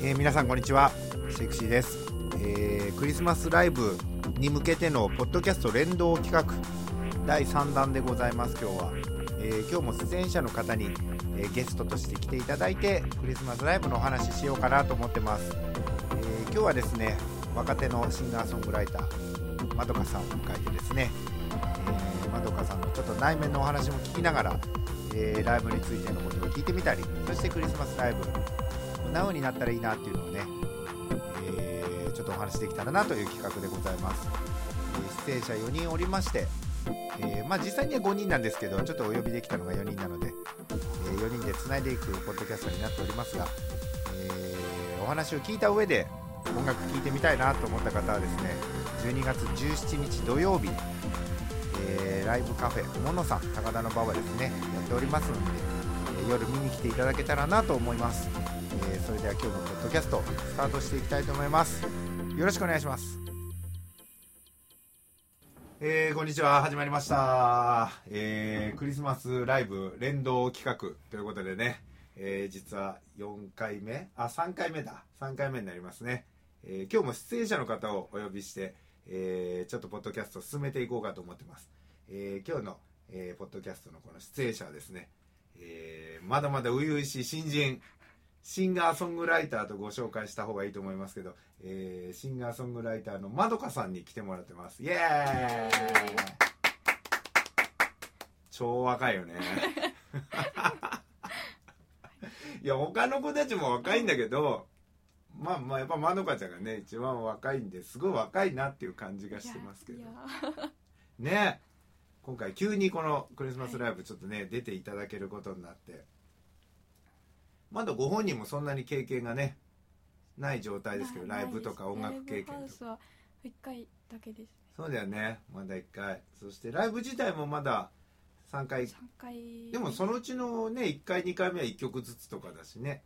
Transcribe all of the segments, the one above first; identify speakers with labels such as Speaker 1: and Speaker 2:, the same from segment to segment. Speaker 1: えー皆さんこんにちはセクシーです、えークリスマスライブに向けてのポッドキャスト連動企画第3弾でございます今日は、えー今日も出演者の方に、えーゲストとして来ていただいてクリスマスライブのお話ししようかなと思ってます、えー今日はですね若手のシンガーソングライターまどかさんを迎えてですね、えーまどかさんのちょっと内面のお話も聞きながら、えーライブについてのことを聞いてみたりそしてクリスマスライブこんな風になったらいいなっていうのをね、えーちょっとお話できたらなという企画でございます、えー出演者4人おりまして、えーまあ実際には5人なんですけどちょっとお呼びできたのが4人なので、え4人でつないでいくポッドキャストになっておりますが、えーお話を聞いた上で音楽聴いてみたいなと思った方はですね12月17日土曜日えーライブカフェモノさん高田の馬場ですねやっておりますので、えー夜見に来ていただけたらなと思います、えーそれでは今日のポッドキャストスタートしていきたいと思いますよろしくお願いしますえーこんにちは始まりました、えークリスマスライブ連動企画ということでね、えー実は4回目あ3回目だ3回目になりますね、えー今日も出演者の方をお呼びして、えーちょっとポッドキャスト進めていこうかと思ってます、えー今日の、えーポッドキャストのこの出演者はですね、えーまだまだ初々しい新人シンガーソングライターとご紹介した方がいいと思いますけど、えーシンガーソングライターのまどかさんに来てもらってますイエーイ超若いよね いや他の子たちも若いんだけどまあまあやっぱまどかちゃんがね一番若いんですごい若いなっていう感じがしてますけど
Speaker 2: いや
Speaker 1: ね今回急にこのクリスマスライブちょっとね、出ていただけることになってまだご本人もそんなに経験がねない状態ですけど
Speaker 2: まあ
Speaker 1: ライブとか音楽経験と
Speaker 2: ライブハウ
Speaker 1: か
Speaker 2: スは一回だけです
Speaker 1: そうだよねまだ1回そしてライブ自体もまだ3
Speaker 2: ね。
Speaker 1: 回
Speaker 2: 三回。
Speaker 1: でもそのうちのね1回2回目は1曲ずつとかだしね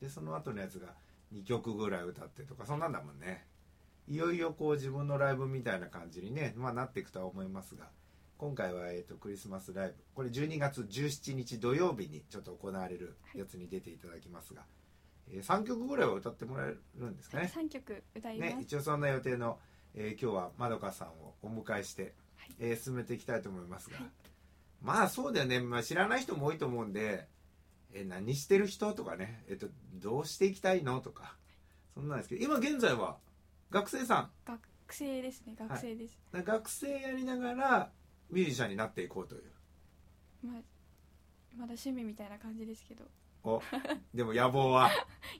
Speaker 1: でその後のやつが2曲ぐらい歌ってとかそんなんだもんねいよいよこう自分のライブみたいな感じにね、まあ、なっていくとは思いますが今回は、えー、とクリスマスライブこれ12月17日土曜日にちょっと行われるやつに出ていただきますが、え3曲ぐらいは歌ってもらえるんですかね
Speaker 2: 三曲歌い
Speaker 1: ね
Speaker 2: ま、す。
Speaker 1: 一応そんな予定の、えー今日はまどかさんをお迎えして、
Speaker 2: はい
Speaker 1: えー進めていきたいと思いますが、
Speaker 2: はい
Speaker 1: まあそうだよね、まあ、知らない人も多いと思うんで、えー何してる人とかね、えっとどうしていきたいのとかそんなんですけど今現在は学生さ
Speaker 2: 学生ですね。学生です。
Speaker 1: ん学生やりながらミュージシャンになっていこうという
Speaker 2: まあまだ趣味みたいな感じですけど。
Speaker 1: おでも野望は。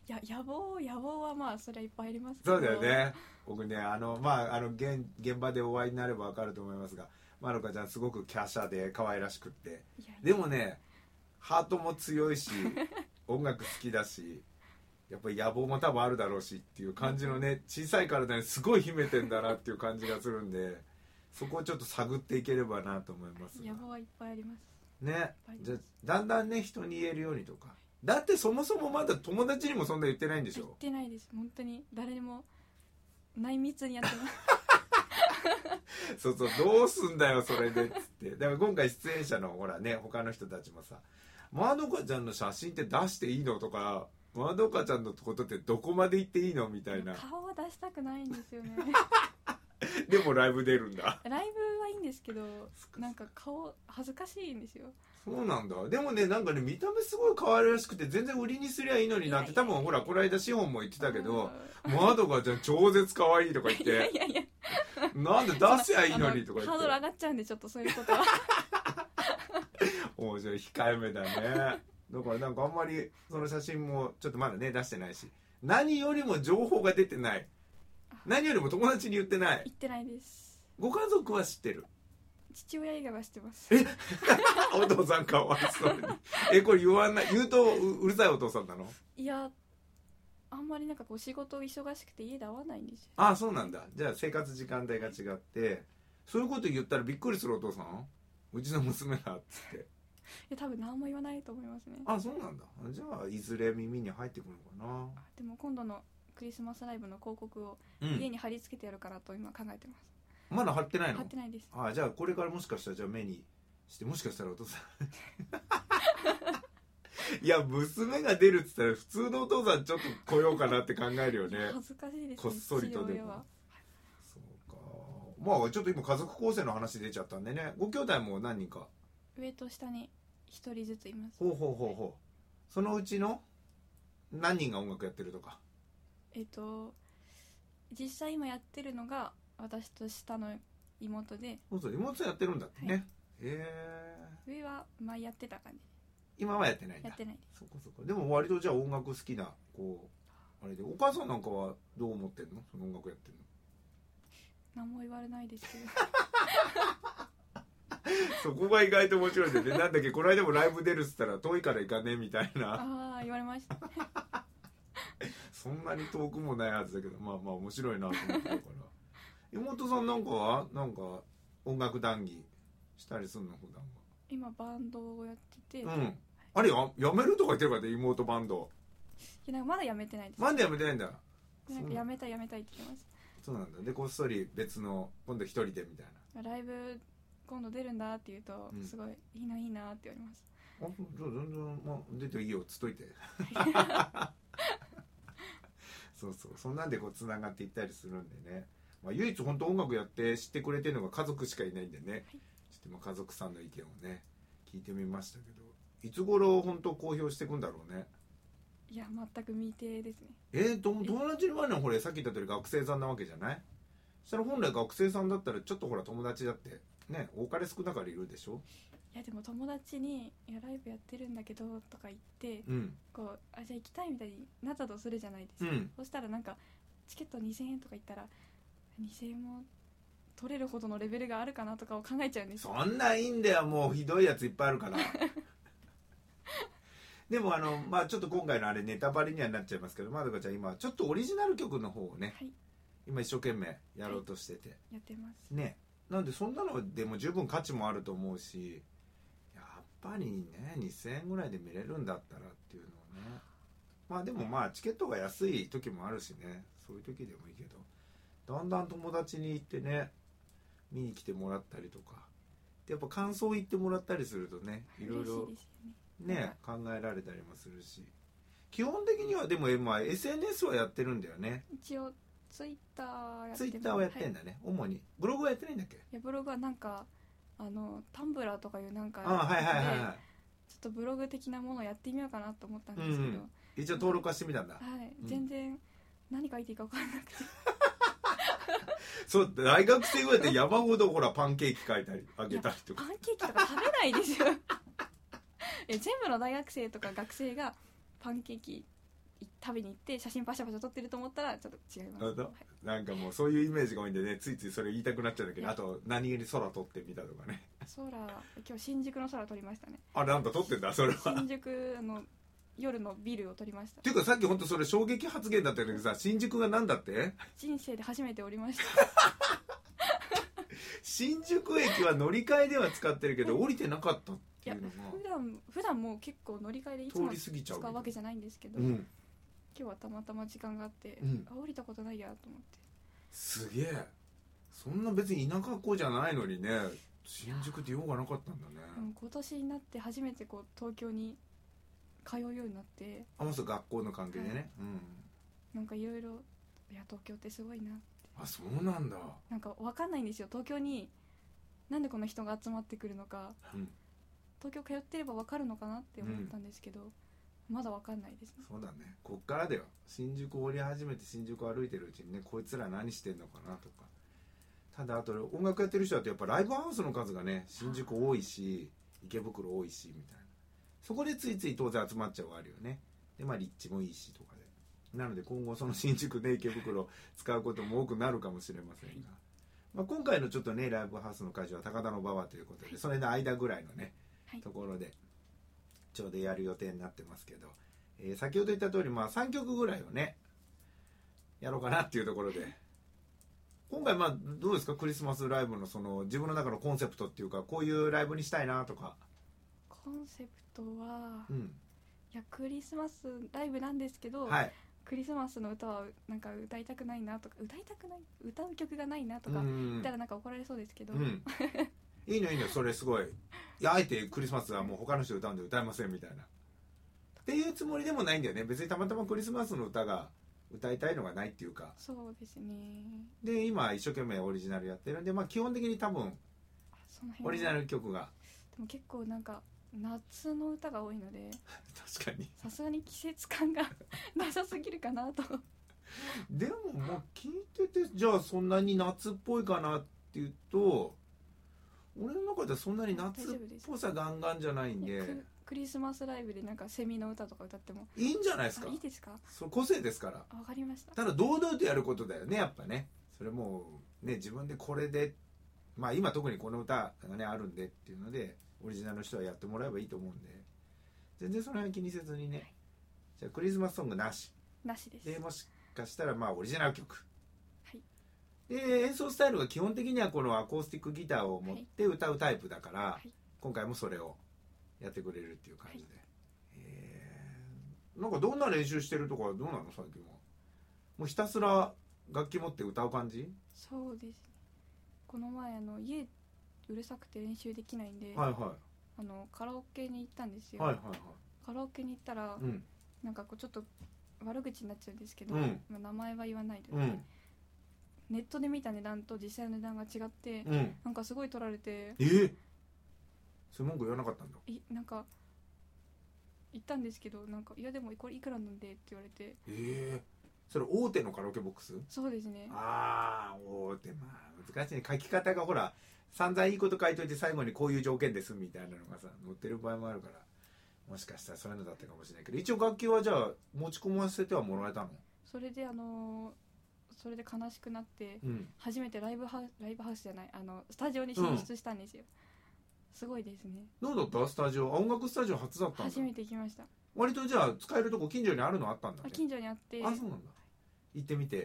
Speaker 2: や野望野望はまあそれはいっぱいありますけど。
Speaker 1: そうだよ。ね僕ねあのまああの現現場でお会いになればわかると思いますがまどかちゃんすごく華奢で可愛らしくって
Speaker 2: いやいや
Speaker 1: でもねハートも強いし音楽好きだしやっぱり野望も多分あるだろうしっていう感じのね小さい体にすごい秘めてんだなっていう感じがするんでそこをちょっと探っていければなと思いますが
Speaker 2: 野望はいっぱいあります。
Speaker 1: ね
Speaker 2: ぱいあります
Speaker 1: じゃあだんだんね人に言えるようにとかだってそもそもまだ友達にもそんな言ってないんでし
Speaker 2: 言っ
Speaker 1: ょ
Speaker 2: てないです。本当に誰にも内密にやってます。
Speaker 1: そうそうどうすんだよそれでっつってだから今回出演者のほらね他の人たちもさまどかちゃんの写真って出していいのとかまどかちゃんのことってどこまで行っていいのみたい な
Speaker 2: 顔は出したくないんです よね。
Speaker 1: でもライブ出るんだ
Speaker 2: ライブはいいんですけど、なんか顔恥ずかしいんですよ。
Speaker 1: そうなんだでもねなんかね見た目すごい可愛らしくて全然売りにすりゃいいのになって多分ほらこの間シフォンも言ってたけどまどかちゃん超絶可愛いとか言っ
Speaker 2: いや
Speaker 1: て
Speaker 2: いやいや
Speaker 1: なんで出せやいいのにとか
Speaker 2: あ
Speaker 1: 言
Speaker 2: のハードル上
Speaker 1: って
Speaker 2: がっちゃうんでちょっとそういうことは
Speaker 1: 面白い控えめだねだからなんかあんまりその写真もちょっとまだね出してないし何よりも情報が出てない何よりも友達に言ってない
Speaker 2: 言ってないです
Speaker 1: ご家族は知ってる
Speaker 2: 父親以外はしてます
Speaker 1: えお父さんかわいそうにえこれ言わない言うとううるさいお父さんなの
Speaker 2: いやあんまりなんかこう仕事忙しくて家で会わないんですよ
Speaker 1: ああそうなんだじゃあ生活時間帯が違ってそういうこと言ったらびっくりするお父さんうちの娘だっつって
Speaker 2: いや多分何も言わないと思いますね
Speaker 1: あそうなんだじゃあいずれ耳に入ってくるのか
Speaker 2: あでも今度のクリスマスライブの広告を
Speaker 1: なう
Speaker 2: 家
Speaker 1: ん
Speaker 2: に貼り付けてやるからと今考えてます、
Speaker 1: まだ貼ってないの
Speaker 2: 貼ってないです
Speaker 1: あじゃあ これからもしかしたらじゃあ目にしてもしかしたらお父さんいや娘が出るっつったら普通のお父さんちょっと来ようかなって考え るよね
Speaker 2: 恥ずかしいですね
Speaker 1: こっそりと
Speaker 2: 父
Speaker 1: でも
Speaker 2: 親は
Speaker 1: そうかまあちょっと今家族構成の話出ちゃったんでねご兄弟も何人か
Speaker 2: 上と下に一人ずついます
Speaker 1: ほうほうほうほうそのうちの何人が音楽やってるとか
Speaker 2: えっと実際今やってるのが私と下の妹で
Speaker 1: そうそう妹さんやってるんだってね、
Speaker 2: は
Speaker 1: へえ
Speaker 2: 上は前やってた感じ
Speaker 1: 今はやってないんだ
Speaker 2: やってない
Speaker 1: そこそこでも割とじゃあ音楽好きなこうあれでお母さんなんかはどう思ってんのその音楽やってるの
Speaker 2: 何も言われないですけど
Speaker 1: そこが意外と面白いんだよねなんだっけこの間もライブ出るっつったら遠いから行かねえみたいな
Speaker 2: ああ言われました
Speaker 1: そんなに遠くもないはずだけどまあまあ面白いなと思ってたから妹さんなんかはなんか音楽談義したりするの普段
Speaker 2: 今バンドをやってて、
Speaker 1: は
Speaker 2: いうや
Speaker 1: んあれややめるとか言ってるからね妹バンド
Speaker 2: なんかまだやめてないです
Speaker 1: なんでやめてないんだ
Speaker 2: なんかやめたいやめたいって言って
Speaker 1: そうなんだでこっそり別の今度一人でみたいな
Speaker 2: ますライブ今度出るんだって言うと、
Speaker 1: うん
Speaker 2: すごいいいないいなって言われます
Speaker 1: あそうじゃあ全然、まあ、出ていいよっつっといてそうそうそんなんでこうつながっていったりするんでね、まあ、唯一本当音楽やって知ってくれてるのが家族しかいないんでね、
Speaker 2: い
Speaker 1: ちょっとまあ家族さんの意見をね聞いてみましたけどいつ頃本当公表していくんだろうね
Speaker 2: いや全く未定ですね
Speaker 1: えー、と友達の前のほれさっき言った通り学生さんなわけじゃないそしたら本来学生さんだったらちょっとほら友達だってね多かれ少なかれいるでしょ
Speaker 2: いやでも友達に「いやライブやってるんだけど」とか言って
Speaker 1: うん
Speaker 2: こうあじゃあ行きたいみたいになったとするじゃないです
Speaker 1: う
Speaker 2: か、
Speaker 1: ん
Speaker 2: そしたらなんかチケット2000円とか言ったら2000円も取れるほどのレベルがあるかなとかを考えちゃうんですよ
Speaker 1: そんないいんだよもうひどいやついっぱいあるから でもあのまあちょっと今回のあれネタバレにはなっちゃいますけどまどかちゃん今ちょっとオリジナル曲の方をね
Speaker 2: はい
Speaker 1: 今一生懸命やろうとしてて、
Speaker 2: やってます
Speaker 1: ねなんでそんなのでも十分価値もあると思うしやっぱりね2000円ぐらいで見れるんだったらっていうのをねまあでもまあチケットが安い時もあるしねそういう時でもいいけどだんだん友達に行ってね見に来てもらったりとかでやっぱ感想言ってもらったりするとねいろいろ
Speaker 2: 嬉しいですよね
Speaker 1: ね考えられたりもするし基本的にはでもまあ SNS はやってるんだよね
Speaker 2: 一応ツイッターやって
Speaker 1: ツイッターをやって
Speaker 2: は
Speaker 1: ん
Speaker 2: い、い
Speaker 1: だね、主にブログはやってないんだっけ
Speaker 2: やブログはなんかあのタンブラーとかいうなんか
Speaker 1: あはいはいはい
Speaker 2: で
Speaker 1: はい
Speaker 2: ちょっとブログ的なものをやってみようかなと思ったんですけど、
Speaker 1: うん一応登録はしてみたんだ、
Speaker 2: はい、
Speaker 1: うん
Speaker 2: 全然何書いていいか分からなくて
Speaker 1: そう大学生ぐらいで山ほどほらパンケーキ書いたりあげたりと
Speaker 2: パ
Speaker 1: か
Speaker 2: ンケーキとか食べないですよ え全部の大学生とか学生がパンケーキ食べに行って写真パシャパシャ撮ってると思ったらちょっと違います、
Speaker 1: なるほど
Speaker 2: はい
Speaker 1: なんかもうそういうイメージが多いんでねついついそれ言いたくなっちゃうんだけ
Speaker 2: い
Speaker 1: ど
Speaker 2: や
Speaker 1: あと何気に空撮ってみたとかね
Speaker 2: 空今日新宿の空撮りました ね
Speaker 1: あなんだ撮ってんだそれはっ
Speaker 2: 新宿あの夜のビルを撮りました
Speaker 1: ていうかさっき本当それ衝撃発言だったんだけどさ新宿がなんだって
Speaker 2: 人生で初めて降りま した
Speaker 1: 新宿駅は乗り換えでは使ってるけど降りてなかったって
Speaker 2: い
Speaker 1: い
Speaker 2: や
Speaker 1: うのが
Speaker 2: 普段普段もう結構乗り換えでいつも
Speaker 1: 通り過ぎちゃう
Speaker 2: 使うわけじゃないんですけど、
Speaker 1: う
Speaker 2: 今
Speaker 1: ん
Speaker 2: 日はたまたま時間があって、
Speaker 1: うん
Speaker 2: あ降りたことないやと思って
Speaker 1: すげえそんな別に田舎っ子じゃないのにね新宿って用がなかったんだね、
Speaker 2: でも今年になって初めてこう東京に通うようになって
Speaker 1: あもうそう学校の関係でね、
Speaker 2: は
Speaker 1: うん
Speaker 2: なんかいろいろいや東京ってすごいな
Speaker 1: あそうなんだ、
Speaker 2: なんか分かんないんですよ東京になんでこんな人が集まってくるのか
Speaker 1: うん、
Speaker 2: 東京通ってれば分かるのかなって思ったんですけど、まだ分かんないですね
Speaker 1: そうだねこっからだよ新宿を降り始めて新宿を歩いてるうちにねこいつら何してんのかなとかただあと音楽やってる人だとやっぱライブハウスの数がね新宿多いし池袋多いしみたいなそこでついつい当然集まっちゃうはあるよねでまあ立地もいいしとかでなので今後その新宿ね池袋を使うことも多くなるかもしれませんが、まあ、今回のちょっとねライブハウスの会場は高田の馬場ということでそれの間ぐらいのね、
Speaker 2: はい
Speaker 1: ところでちょうどやる予定になってますけどえー先ほど言った通りまあ3曲ぐらいをねやろうかなっていうところで今回まあどうですかクリスマスライブのその自分の中のコンセプトっていうかこういうライブにしたいなとか
Speaker 2: コンセプトは
Speaker 1: うん
Speaker 2: いやクリスマスライブなんですけど、
Speaker 1: はい
Speaker 2: クリスマスの歌はなんか歌いたくないなとか歌いたくない歌う曲がないなと
Speaker 1: う
Speaker 2: か言
Speaker 1: ん
Speaker 2: ったらなんか怒られそうですけど、
Speaker 1: うんいいのいいのそれすごいいやあえてクリスマスはもう他の人歌うんで歌えませんみたいなっていうつもりでもないんだよね別にたまたまクリスマスの歌が歌いたいのがないっていうか
Speaker 2: そうですね
Speaker 1: で今一生懸命オリジナルやってるんで、まあ、基本的に多分
Speaker 2: あその辺
Speaker 1: オリジナ
Speaker 2: ル
Speaker 1: ル曲が
Speaker 2: でも結構なんか夏の歌が多いので
Speaker 1: 確かに
Speaker 2: さすがに季節感が なさすぎるかなと
Speaker 1: でもまあ聞いててじゃあそんなに夏っぽいかなっていうと俺の中ではそんなに夏っぽさガンガンじゃないんで
Speaker 2: ククリスマスライブでなんかセミの歌とか歌っても
Speaker 1: いいんじゃないです
Speaker 2: あ
Speaker 1: か
Speaker 2: いいですか
Speaker 1: そう個性ですから
Speaker 2: あわかりました
Speaker 1: ただ堂々とやることだよねやっぱねそれもうね自分でこれでまあ今特にこの歌がねあるんでっていうのでオリジナルの人はやってもらえばいいと思うんで全然その辺気にせずにねじゃあクリスマスソングなし
Speaker 2: なしです
Speaker 1: でもしかしたらまあオリジナル曲、
Speaker 2: はい
Speaker 1: で演奏スタイルが基本的にはこのアコースティックギターを持って歌うタイプだから、
Speaker 2: い
Speaker 1: 今回もそれをやってくれるっていう感じで、えーなんかどんな練習してるとかどうなの最近はもうひたすら楽器持って歌う感じ、
Speaker 2: そうですねこの前あの家うるさくて練習できないんで、
Speaker 1: はいは
Speaker 2: あのカラオケに行ったんです
Speaker 1: い
Speaker 2: よ、
Speaker 1: はいはいはい
Speaker 2: カラオケに行ったら、
Speaker 1: うん
Speaker 2: なんかこうちょっと悪口になっちゃうんですけど、
Speaker 1: うん
Speaker 2: まあ名前は言わないで、
Speaker 1: うん
Speaker 2: ネットで見た値段と実際の値段が違って、
Speaker 1: うん
Speaker 2: なんかすごい取られて
Speaker 1: えー、それ文句言わなかったんだ
Speaker 2: いなんか行ったんですけどなんか「いやでもこれいくらなんで」って言われて
Speaker 1: ええそれ大手のカラオケボックス
Speaker 2: そうですね
Speaker 1: ああおーってまあ難しいね書き方がほら散々いいこと書いといて最後にこういう条件ですみたいなのがさ載ってる場合もあるからもしかしたらそういうのだったかもしれないけど一応楽器はじゃあ持ち込ませてはもらえたの
Speaker 2: それであのーそれで悲しくなって
Speaker 1: うん
Speaker 2: 初めてライブハウライブハウスじゃないあのスタジオに進出したんですよ、すごいですね
Speaker 1: どうだったスタジオあ音楽スタジオ初だったんだ
Speaker 2: 初めて行きました
Speaker 1: 割とじゃあ使えるとこ近所にあるのあったんだね
Speaker 2: あ近所にあって
Speaker 1: あそうなんだ行ってみて
Speaker 2: い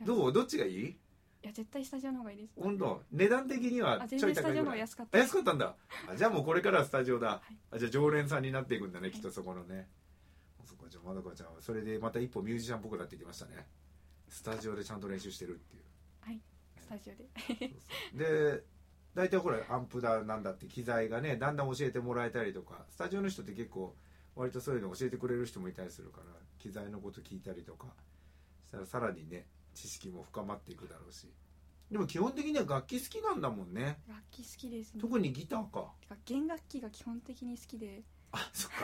Speaker 2: や
Speaker 1: どうどっちがいい
Speaker 2: いや絶対スタジオの方がいいです
Speaker 1: 温度値段的には
Speaker 2: あ全
Speaker 1: ちょい
Speaker 2: 然ス
Speaker 1: 高
Speaker 2: タ
Speaker 1: い
Speaker 2: ジオの
Speaker 1: ぐ
Speaker 2: 方
Speaker 1: ら
Speaker 2: が
Speaker 1: い
Speaker 2: 安かった
Speaker 1: あ安かったんだあじゃあもうこれからはスタジオだ、
Speaker 2: い
Speaker 1: あじゃあ常連さんになっていくんだね
Speaker 2: い
Speaker 1: きっとそこのね、そっかじゃあまどかちゃんはそれでまた一歩ミュージシャンっぽくなってきましたねスタジオでちゃんと練習してるっていう
Speaker 2: スタジオで
Speaker 1: で大体ほらアンプだなんだって機材がねだんだん教えてもらえたりとかスタジオの人って結構割とそういうの教えてくれる人もいたりするから機材のこと聞いたりとかしたらさらにね知識も深まっていくだろうしでも基本的には楽器好きなんだもんね
Speaker 2: 楽器好きですね
Speaker 1: 特にギターか
Speaker 2: てか弦楽器が基本的に好きで
Speaker 1: あそっか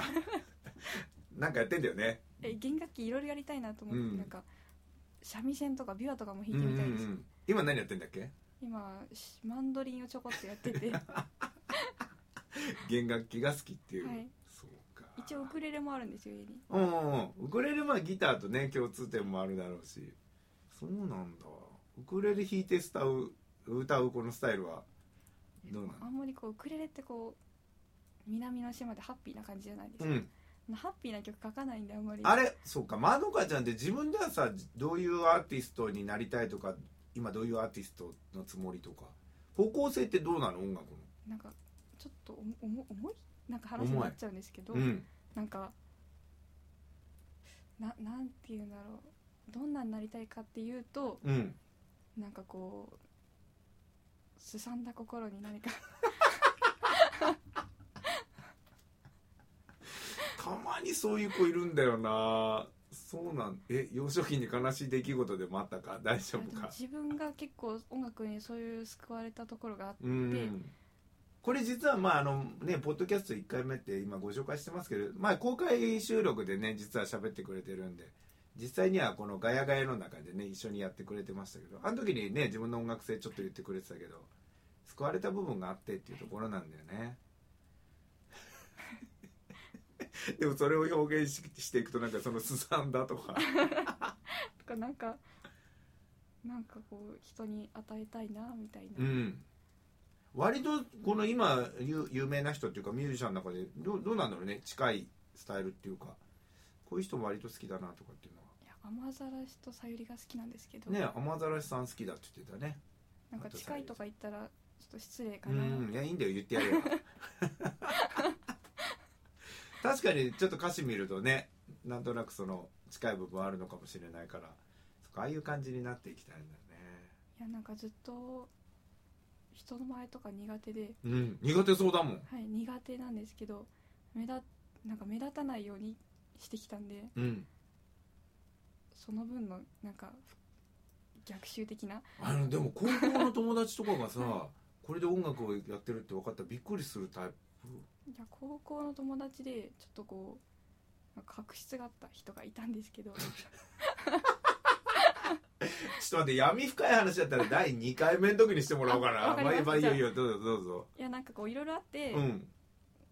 Speaker 1: なんかやってんだよね
Speaker 2: え弦楽器いろいろやりたいなと思って、
Speaker 1: うん
Speaker 2: なんか三味線とか琵琶とかも弾
Speaker 1: う
Speaker 2: い
Speaker 1: んう
Speaker 2: て
Speaker 1: んう
Speaker 2: みたいです、
Speaker 1: ん今何やってんだっけ
Speaker 2: 今しマンドリンをちょこっとやって て
Speaker 1: 弦楽器が好きっていう、
Speaker 2: はい
Speaker 1: そうか
Speaker 2: 一応ウクレレもあるんですよ家に
Speaker 1: うんうんうんウクレレはギターとね共通点もあるだろうしそうなんだウクレレ弾いて歌う歌うこのスタイルはどうなの
Speaker 2: あんまりこうウクレレってこう南の島でハッピーな感じじゃないです
Speaker 1: う
Speaker 2: か、
Speaker 1: ん
Speaker 2: ハッピーな曲書かないんであんまり
Speaker 1: あれそうかまどかちゃんって自分ではさどういうアーティストになりたいとか今どういうアーティストのつもりとか方向性ってどうなの音楽の
Speaker 2: なんかちょっとおも重重いなんか話になっちゃうんですけど、
Speaker 1: うん
Speaker 2: なんかななんていうんだろうどんなになりたいかっていうと
Speaker 1: うん
Speaker 2: なんかこうすさんだ心に何か
Speaker 1: たまにそういう子いるんだよなそうなんえ幼少期に悲しい出来事でもあったか大丈夫か
Speaker 2: 自分が結構音楽にそういう救われたところがあって
Speaker 1: うんこれ実はまああのねポッドキャスト1回目って今ご紹介してますけど、まあ、公開収録でね実は喋ってくれてるんで実際にはこの「ガヤガヤ」の中でね一緒にやってくれてましたけどあの時にね自分の音楽性ちょっと言ってくれてたけど救われた部分があってっていうところなんだよ ねでもそれを表現ししていくとなんかその「すさんだ」とか
Speaker 2: とかなんかなんかこう人に与えたいなみたいな、
Speaker 1: うん割とこの今有有名な人っていうかミュージシャンの中でどうどうなんだろうね近いスタイルっていうかこういう人も割と好きだなとかっていうのはい
Speaker 2: や雨ざらしとさゆりが好きなんですけど、
Speaker 1: ね雨ざらしさん好きだって言ってたね
Speaker 2: なんか近いとか言ったらちょっと失礼か
Speaker 1: う
Speaker 2: な、
Speaker 1: んいやいいんだよ言って やれば確かにちょっと歌詞見るとねなんとなくその近い部分あるのかもしれないからそっかああいう感じになっていきたいんだよね
Speaker 2: いやなんかずっと人の前とか苦手で、
Speaker 1: うん苦手そうだもん
Speaker 2: はい、苦手なんですけど目立なんか目立たないようにしてきたんで
Speaker 1: うん、
Speaker 2: その分のなんか逆襲的な
Speaker 1: あのでも高校の友達とかがさこれで音楽をやってるって分かったらびっくりするタイプ
Speaker 2: いや高校の友達でちょっとこう確執があった人がいたんですけど
Speaker 1: ちょっと待って闇深い話だったら第2回目の時にしてもらおうかな
Speaker 2: あわかりました
Speaker 1: まあいいよいいよどうぞどうぞ
Speaker 2: いやなんかこういろいろあって
Speaker 1: うん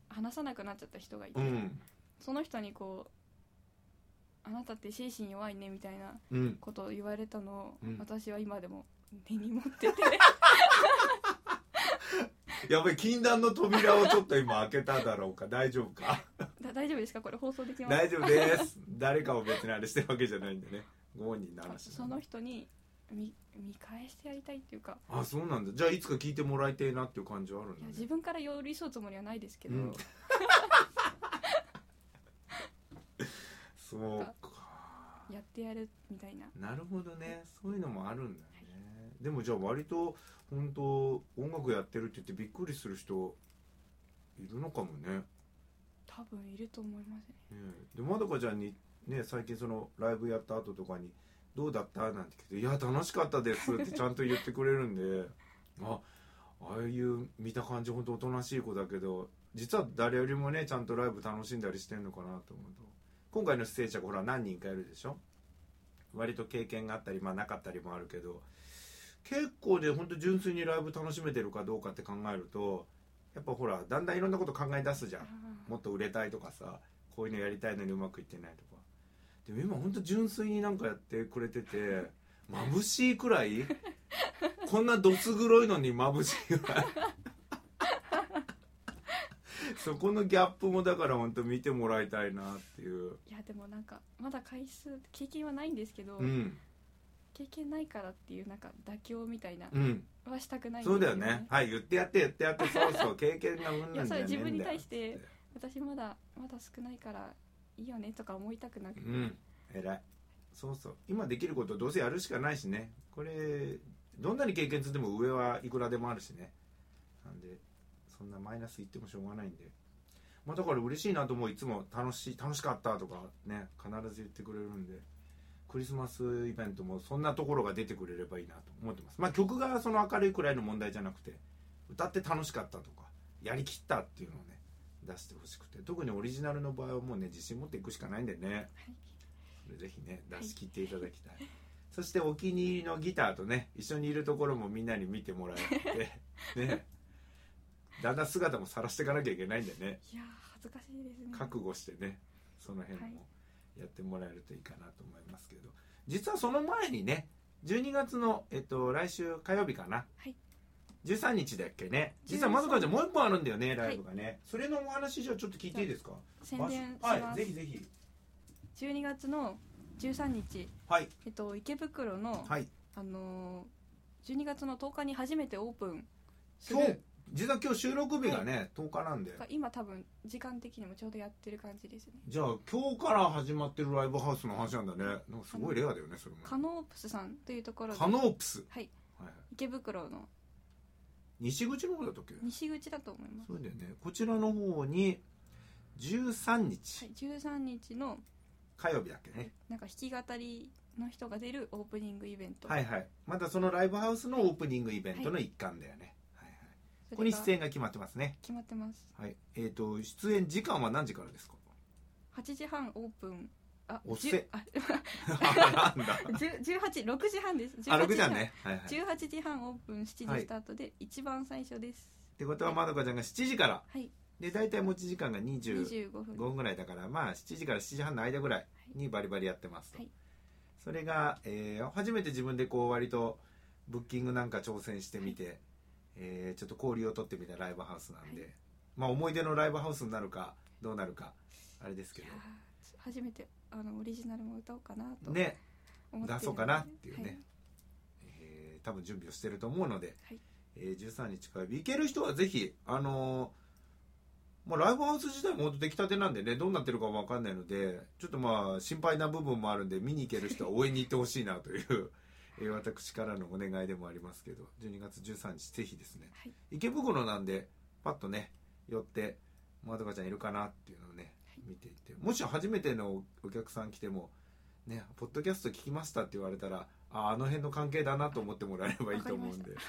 Speaker 2: 話さなくなっちゃった人がいて、
Speaker 1: うん
Speaker 2: その人にこう「あなたって精神弱いね」みたいな
Speaker 1: うん
Speaker 2: ことを言われたのを、
Speaker 1: うん
Speaker 2: 私は今でも根に持って て
Speaker 1: やばい禁断の扉をちょっと今開けただろうか大丈夫か
Speaker 2: だ大丈夫ですかこれ放送できます
Speaker 1: 大丈夫です誰かを別にあれしてるわけじゃないんでねご本人の話
Speaker 2: その人に見見返してやりたいっていうか
Speaker 1: あそうなんだじゃあいつか聞いてもらいたいなっていう感じはあるん
Speaker 2: いや
Speaker 1: だ
Speaker 2: 自
Speaker 1: ね
Speaker 2: 分から寄り添うつもりはないですけど、
Speaker 1: うんそうか
Speaker 2: やってやるみたいな
Speaker 1: なるほどねそういうのもあるんだねでもじゃあ割と本当音楽やってるって言ってびっくりする人いるのかもね
Speaker 2: 多分いると思いますね
Speaker 1: ねでまどかちゃんにね最近そのライブやった後とかに「どうだった?」なんて聞いて「いや楽しかったです」ってちゃんと言ってくれるんであああいう見た感じ本当おとなしい子だけど実は誰よりもねちゃんとライブ楽しんだりしてんのかなと思うと今回の出演者がほら何人かいるでしょ割と経験があったりまあなかったりもあるけど結構で本当純粋にライブ楽しめてるかどうかって考えるとやっぱほらだんだんいろんなこと考え出すじゃん
Speaker 2: あー
Speaker 1: もっと売れたいとかさこういうのやりたいのにうまくいってないとかでも今ほんと純粋になんかやってくれてて眩しいくらいこんなどつ黒いのに眩しいくらいそこのギャップもだからほんと見てもらいたいなっていう
Speaker 2: いやでもなんかまだ回数経験はないんですけど、
Speaker 1: うん
Speaker 2: 経験ないからっていうなんか妥協みたいな
Speaker 1: うん
Speaker 2: はしたくないんです
Speaker 1: そ
Speaker 2: よ
Speaker 1: うだよねはい言ってやって言ってやってそうそう経験がうんなん
Speaker 2: い
Speaker 1: じゃ
Speaker 2: やそれ
Speaker 1: ねえんだ
Speaker 2: 自
Speaker 1: よ
Speaker 2: 分に対して私まだまだ少ないからいいよねとか思いたくなくて、
Speaker 1: うん偉いそうそう今できることどうせやるしかないしねこれどんなに経験積んでも上はいくらでもあるしねなんでそんなマイナス言ってもしょうがないんでまあだから嬉しいなと思ういつも楽しい楽しかったとかね必ず言ってくれるんでクリスマスイベントもそんなところが出てくれればいいなと思ってますまあ曲がその明るいくらいの問題じゃなくて歌って楽しかったとかやりきったっていうのをね出してほしくて特にオリジナルの場合はもうね自信持っていくしかないんでね
Speaker 2: はい
Speaker 1: ぜひね出し切っていただきたい、そしてお気に入りのギターとね一緒にいるところもみんなに見てもら えてねだんだん姿も晒していかなきゃいけないんでね
Speaker 2: いやー恥ずかしいですね
Speaker 1: 覚悟してねその辺
Speaker 2: はい
Speaker 1: もやってもらえるといいかなと思いますけど実はその前にね12月の、えっと、来週火曜日かな、
Speaker 2: はい
Speaker 1: 13日だっけね実は
Speaker 2: 13
Speaker 1: まずかちゃんもう一本あるんだよねライブがね、それのお話じゃあちょっと聞いていいですか
Speaker 2: 宣伝し
Speaker 1: は
Speaker 2: ま
Speaker 1: い
Speaker 2: す、
Speaker 1: はいぜひぜひ
Speaker 2: 12月の13日、
Speaker 1: はい
Speaker 2: えっと、池袋の、
Speaker 1: はい
Speaker 2: あのー、12月の10日に初めてオープンす
Speaker 1: 今日
Speaker 2: る
Speaker 1: 実は今日収録日がね、10日なんで
Speaker 2: が今多分時間的にもちょうどやってる感じですね
Speaker 1: じゃあ今日から始まってるライブハウスの話なんだねなんかすごいレアだよねそれも
Speaker 2: カノープスさんというところで
Speaker 1: カノープス、
Speaker 2: はい
Speaker 1: はいはい、
Speaker 2: 池袋の
Speaker 1: 西口の方だったっけ
Speaker 2: 西口だと思います
Speaker 1: そうだよねこちらの方に13
Speaker 2: は
Speaker 1: 日
Speaker 2: い、13日の
Speaker 1: 火曜日だっけね
Speaker 2: なんか弾き語りの人が出るオープニングイベント、
Speaker 1: はいはいまたそのライブハウスのオープニングイベントの一環だよね、はいはい、こ
Speaker 2: そ
Speaker 1: こ
Speaker 2: れ
Speaker 1: に
Speaker 2: が
Speaker 1: 出演が決まってますね
Speaker 2: 決まってます
Speaker 1: はいえっ、と出演時間は何時からです か
Speaker 2: 8時半オープンあ
Speaker 1: おっせ
Speaker 2: じゅあ
Speaker 1: あなんだ
Speaker 2: 10 18 6時半です
Speaker 1: あ6時だねはいはい
Speaker 2: 18時半オープン7
Speaker 1: は
Speaker 2: 時
Speaker 1: い
Speaker 2: スタートで一番最初です
Speaker 1: ってことはまどかちゃんが7時から
Speaker 2: はい
Speaker 1: で大体持ち時間が20
Speaker 2: 25分
Speaker 1: 5分ぐらいだからまあ7時から7時半の間ぐらいにバリバリやってますと、
Speaker 2: はい
Speaker 1: それが、えー初めて自分でこう割とブッキングなんか挑戦してみて、えーちょっと交流を取ってみたライブハウスなんで、
Speaker 2: は
Speaker 1: まあ思い出のライブハウスになるかどうなるかあれですけ
Speaker 2: いやー初めてあのオリジナルも歌おうかなと
Speaker 1: どね
Speaker 2: 思ってるので
Speaker 1: 出そうかなっていうねえー多分準備をしてると思うので、
Speaker 2: はい
Speaker 1: えー13日火曜日行ける人はぜひあのーまあ、ライブハウス自体も本当出来たてなんでねどうなってるかわかんないのでちょっとまあ心配な部分もあるんで見に行ける 人は応援に行ってほしいなという、えー私からのお願いでもありますけど12月13日ぜひですね
Speaker 2: はい、
Speaker 1: 池袋なんでパッとね寄ってまどかちゃんいるかなっていうのをね、
Speaker 2: はい
Speaker 1: 見ていてもし初めてのお客さん来ても「ねポッドキャスト聞きました」って言われたらああの辺の関係だなと思ってもらえればいいと思うんで、はい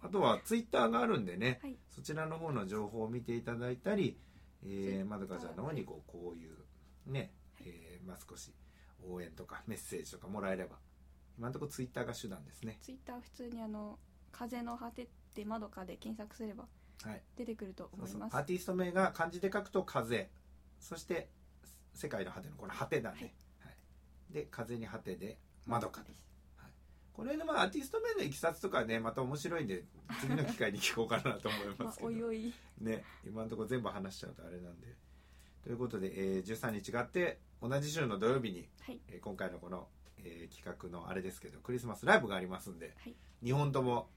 Speaker 1: あとはツイッターがあるんでね、
Speaker 2: はい
Speaker 1: そちらの方の情報を見ていただいたり、えー、まどかちゃんの方にこうこういうね、えーまあ、少し応援とかメッセージとかもらえれば今のところツイッターが手段ですね
Speaker 2: ツイッター普通にあの「風の果て」ってまどかで検索すれば
Speaker 1: はい
Speaker 2: 出てくると
Speaker 1: そ
Speaker 2: 思
Speaker 1: う
Speaker 2: い
Speaker 1: そう
Speaker 2: ます
Speaker 1: アーティスト名が漢字で書くと「風」そして「世界の果て」のこの「果て」だね、はいで「風に果て」で「まどか」
Speaker 2: です
Speaker 1: この辺のまあアーティスト名のいきさつとかねまた面白いんで次の機会に聞こうかなと思い
Speaker 2: ま
Speaker 1: ま
Speaker 2: あ
Speaker 1: すけど、
Speaker 2: おいおい
Speaker 1: ね今のところ全部話しちゃうとあれなんでということで、えー13に違って同じ週の土曜日に、
Speaker 2: はい
Speaker 1: えー今回のこの、えー企画のあれですけどクリスマスライブがありますんで、
Speaker 2: はい
Speaker 1: 2本とも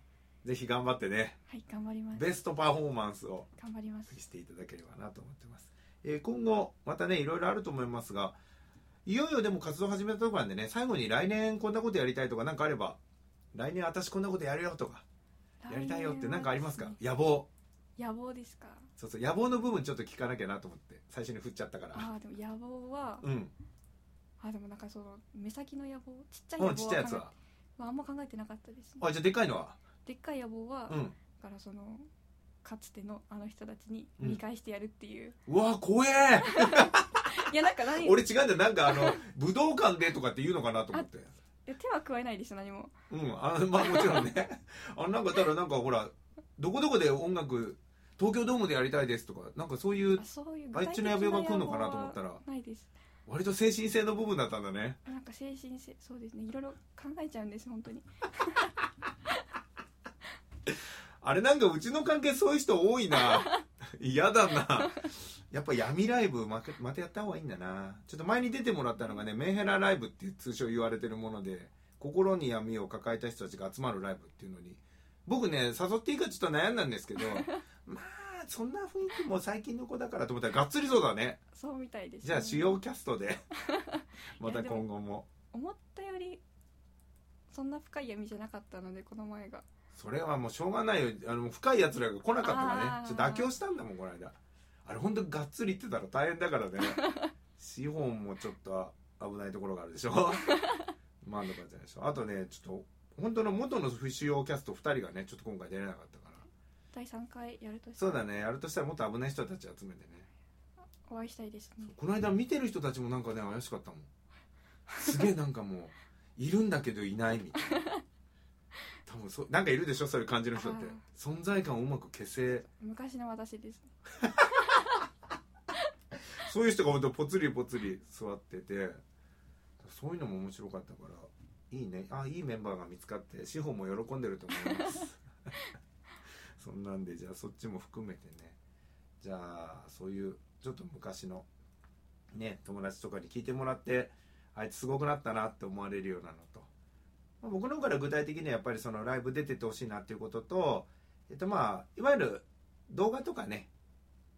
Speaker 1: ぜひ頑張ってね
Speaker 2: はい頑張ります
Speaker 1: ベストパフォーマンスを
Speaker 2: 頑張ります
Speaker 1: していただければなと思ってます、えー今後またねいろいろあると思いますがいよいよでも活動始めたところなんでね最後に来年こんなことやりたいとか何かあれば来年私こんなことやるよとかやりたいよって何かありますか
Speaker 2: 来年はで
Speaker 1: 野望
Speaker 2: ね野望ですか
Speaker 1: そうそう野望の部分ちょっと聞かなきゃなと思って最初に振っちゃったから
Speaker 2: ああでも野望は
Speaker 1: うん
Speaker 2: あでもなんかその目先の野望ちっちゃい野望
Speaker 1: うんちっちゃいやつ
Speaker 2: 考え
Speaker 1: は
Speaker 2: まあ、あんま考えてなかったですね
Speaker 1: あじゃあでかいのは
Speaker 2: でっかい野望は、
Speaker 1: う
Speaker 2: だ
Speaker 1: ん
Speaker 2: からそのかつてのあの人たちに見返してやるっていう、
Speaker 1: うわ怖え
Speaker 2: いやなんか何
Speaker 1: 俺違うんだよなんかあの武道館でとかって言うのかなと思って
Speaker 2: いや手は加えないでしょ何も
Speaker 1: うんあ のまあもちろんねあのなんかただなんかほらどこどこで音楽東京ドームでやりたいですとかなんかそういう
Speaker 2: あそういう具
Speaker 1: あ
Speaker 2: 体
Speaker 1: いつ
Speaker 2: 的
Speaker 1: の
Speaker 2: な
Speaker 1: 野望
Speaker 2: 望
Speaker 1: が来るのかなと思ったら
Speaker 2: はないです
Speaker 1: 割と精神性の部分だったんだね
Speaker 2: なんか精神性そうですねいろいろ考えちゃうんです本当に
Speaker 1: あれなんかうちの関係そういう人多いな 嫌だなやっぱ闇ライブまけまたやった方がいいんだなちょっと前に出てもらったのがねメンヘラライブっていう通称言われてるもので心に闇を抱えた人たちが集まるライブっていうのに僕ね誘っていいかちょっと悩んだん ですけどまあそんな雰囲気も最近の子だからと思ったらがっつりそうだね
Speaker 2: そうみたいです、
Speaker 1: じゃあ主要キャスト でまた今後も
Speaker 2: 思ったよりそんな深い闇じゃなかったのでこの前が
Speaker 1: それはもうしょうがないよあの深いやつらが来なかったから
Speaker 2: あ
Speaker 1: ね
Speaker 2: ー
Speaker 1: ちょっと妥協したんだもんこの間あれほんとがっつり言ってたら大変 だからね資本もちょっと危ないところがあるで しょまあなんとかじゃないでしょあとねちょっと本当の元の主要キャスト2人がねちょっと今回出れなかったから
Speaker 2: 第3回やるとして
Speaker 1: そうだねやるとしたらもっと危ない人たち集めてね
Speaker 2: お会いしたいですね
Speaker 1: この間見てる人たちもなんかね怪しかったもんすげえなんかもういるんだけどいないみたいな多分そうなんかいるでしょそういう感じの人って
Speaker 2: あ
Speaker 1: 存在感をうまく消せ
Speaker 2: 昔の私です
Speaker 1: そういう人が本当ぽつりぽつり座っててそういうのも面白かったからいいねあいいメンバーが見つかって志保も喜んでると思いますそんなんでじゃあそっちも含めてねじゃあそういうちょっと昔のね友達とかに聞いてもらってあいつすごくなったなって思われるようなのと、まあ僕の方から具体的にはやっぱりそのライブ出てってほしいなっていうこととえっとまあいわゆる動画とかね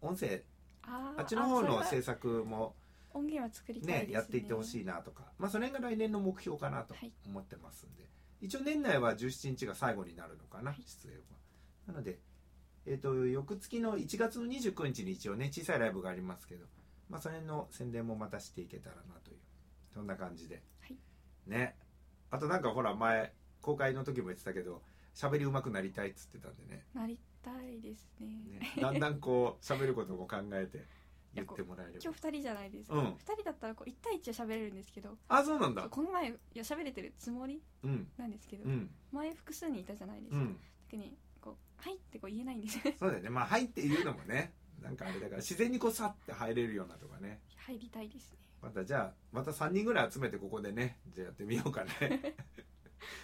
Speaker 1: 音声
Speaker 2: あー
Speaker 1: あっちの方
Speaker 2: あそれ
Speaker 1: の
Speaker 2: は
Speaker 1: 制作も
Speaker 2: 音源は作りたいです
Speaker 1: ね
Speaker 2: ね
Speaker 1: やっていってほ
Speaker 2: い
Speaker 1: しいなとか、まあ、その辺が来年の目標かなと
Speaker 2: はい
Speaker 1: 思ってますんで、一応年内は17日が最後になるのかな、
Speaker 2: はい
Speaker 1: 出演はなので、えー、と翌月の1月の29日に一応ね小さいライブがありますけど、まあ、その辺の宣伝もまたしていけたらなというそんな感じで、
Speaker 2: はい
Speaker 1: ねあとなんかほら前公開の時も言ってたけど喋り上手くなりたいっつってたんでね
Speaker 2: なりたいですね
Speaker 1: ね だんだんこう喋ることも考えて言ってもらえれば
Speaker 2: 今日2人じゃないですか、二
Speaker 1: うん
Speaker 2: 2人だったらこう1対1は喋れるんですけど
Speaker 1: あそうなんだ
Speaker 2: この前いや喋れてるつもり
Speaker 1: うん
Speaker 2: なんですけど、
Speaker 1: うん
Speaker 2: 前複数人いたじゃないですか、
Speaker 1: うん
Speaker 2: 時にこう「はい」ってこう言えないんです よね
Speaker 1: そうだよねまあ「はい」っていうのもねなんかあれだから自然にこうさって入れるようなとかね
Speaker 2: 入りたいですね
Speaker 1: またじゃあまた3人ぐらい集めてここでねじゃあやってみよう かね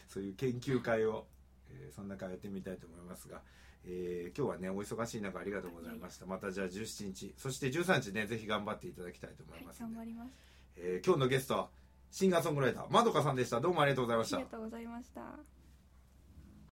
Speaker 1: そういう研究会を、えーそんな会やってみたいと思いますが、えー今日はねお忙しい中ありがとうございましたまたじゃあ17日そして13日ねぜひ頑張っていただきたいと思
Speaker 2: はいい
Speaker 1: ます
Speaker 2: 頑
Speaker 1: んで、
Speaker 2: 張ります
Speaker 1: えー今日のゲストはシンガーソングライターまどかさんでしたどうもありがとうございま
Speaker 2: あ
Speaker 1: し
Speaker 2: り
Speaker 1: た
Speaker 2: がとうございました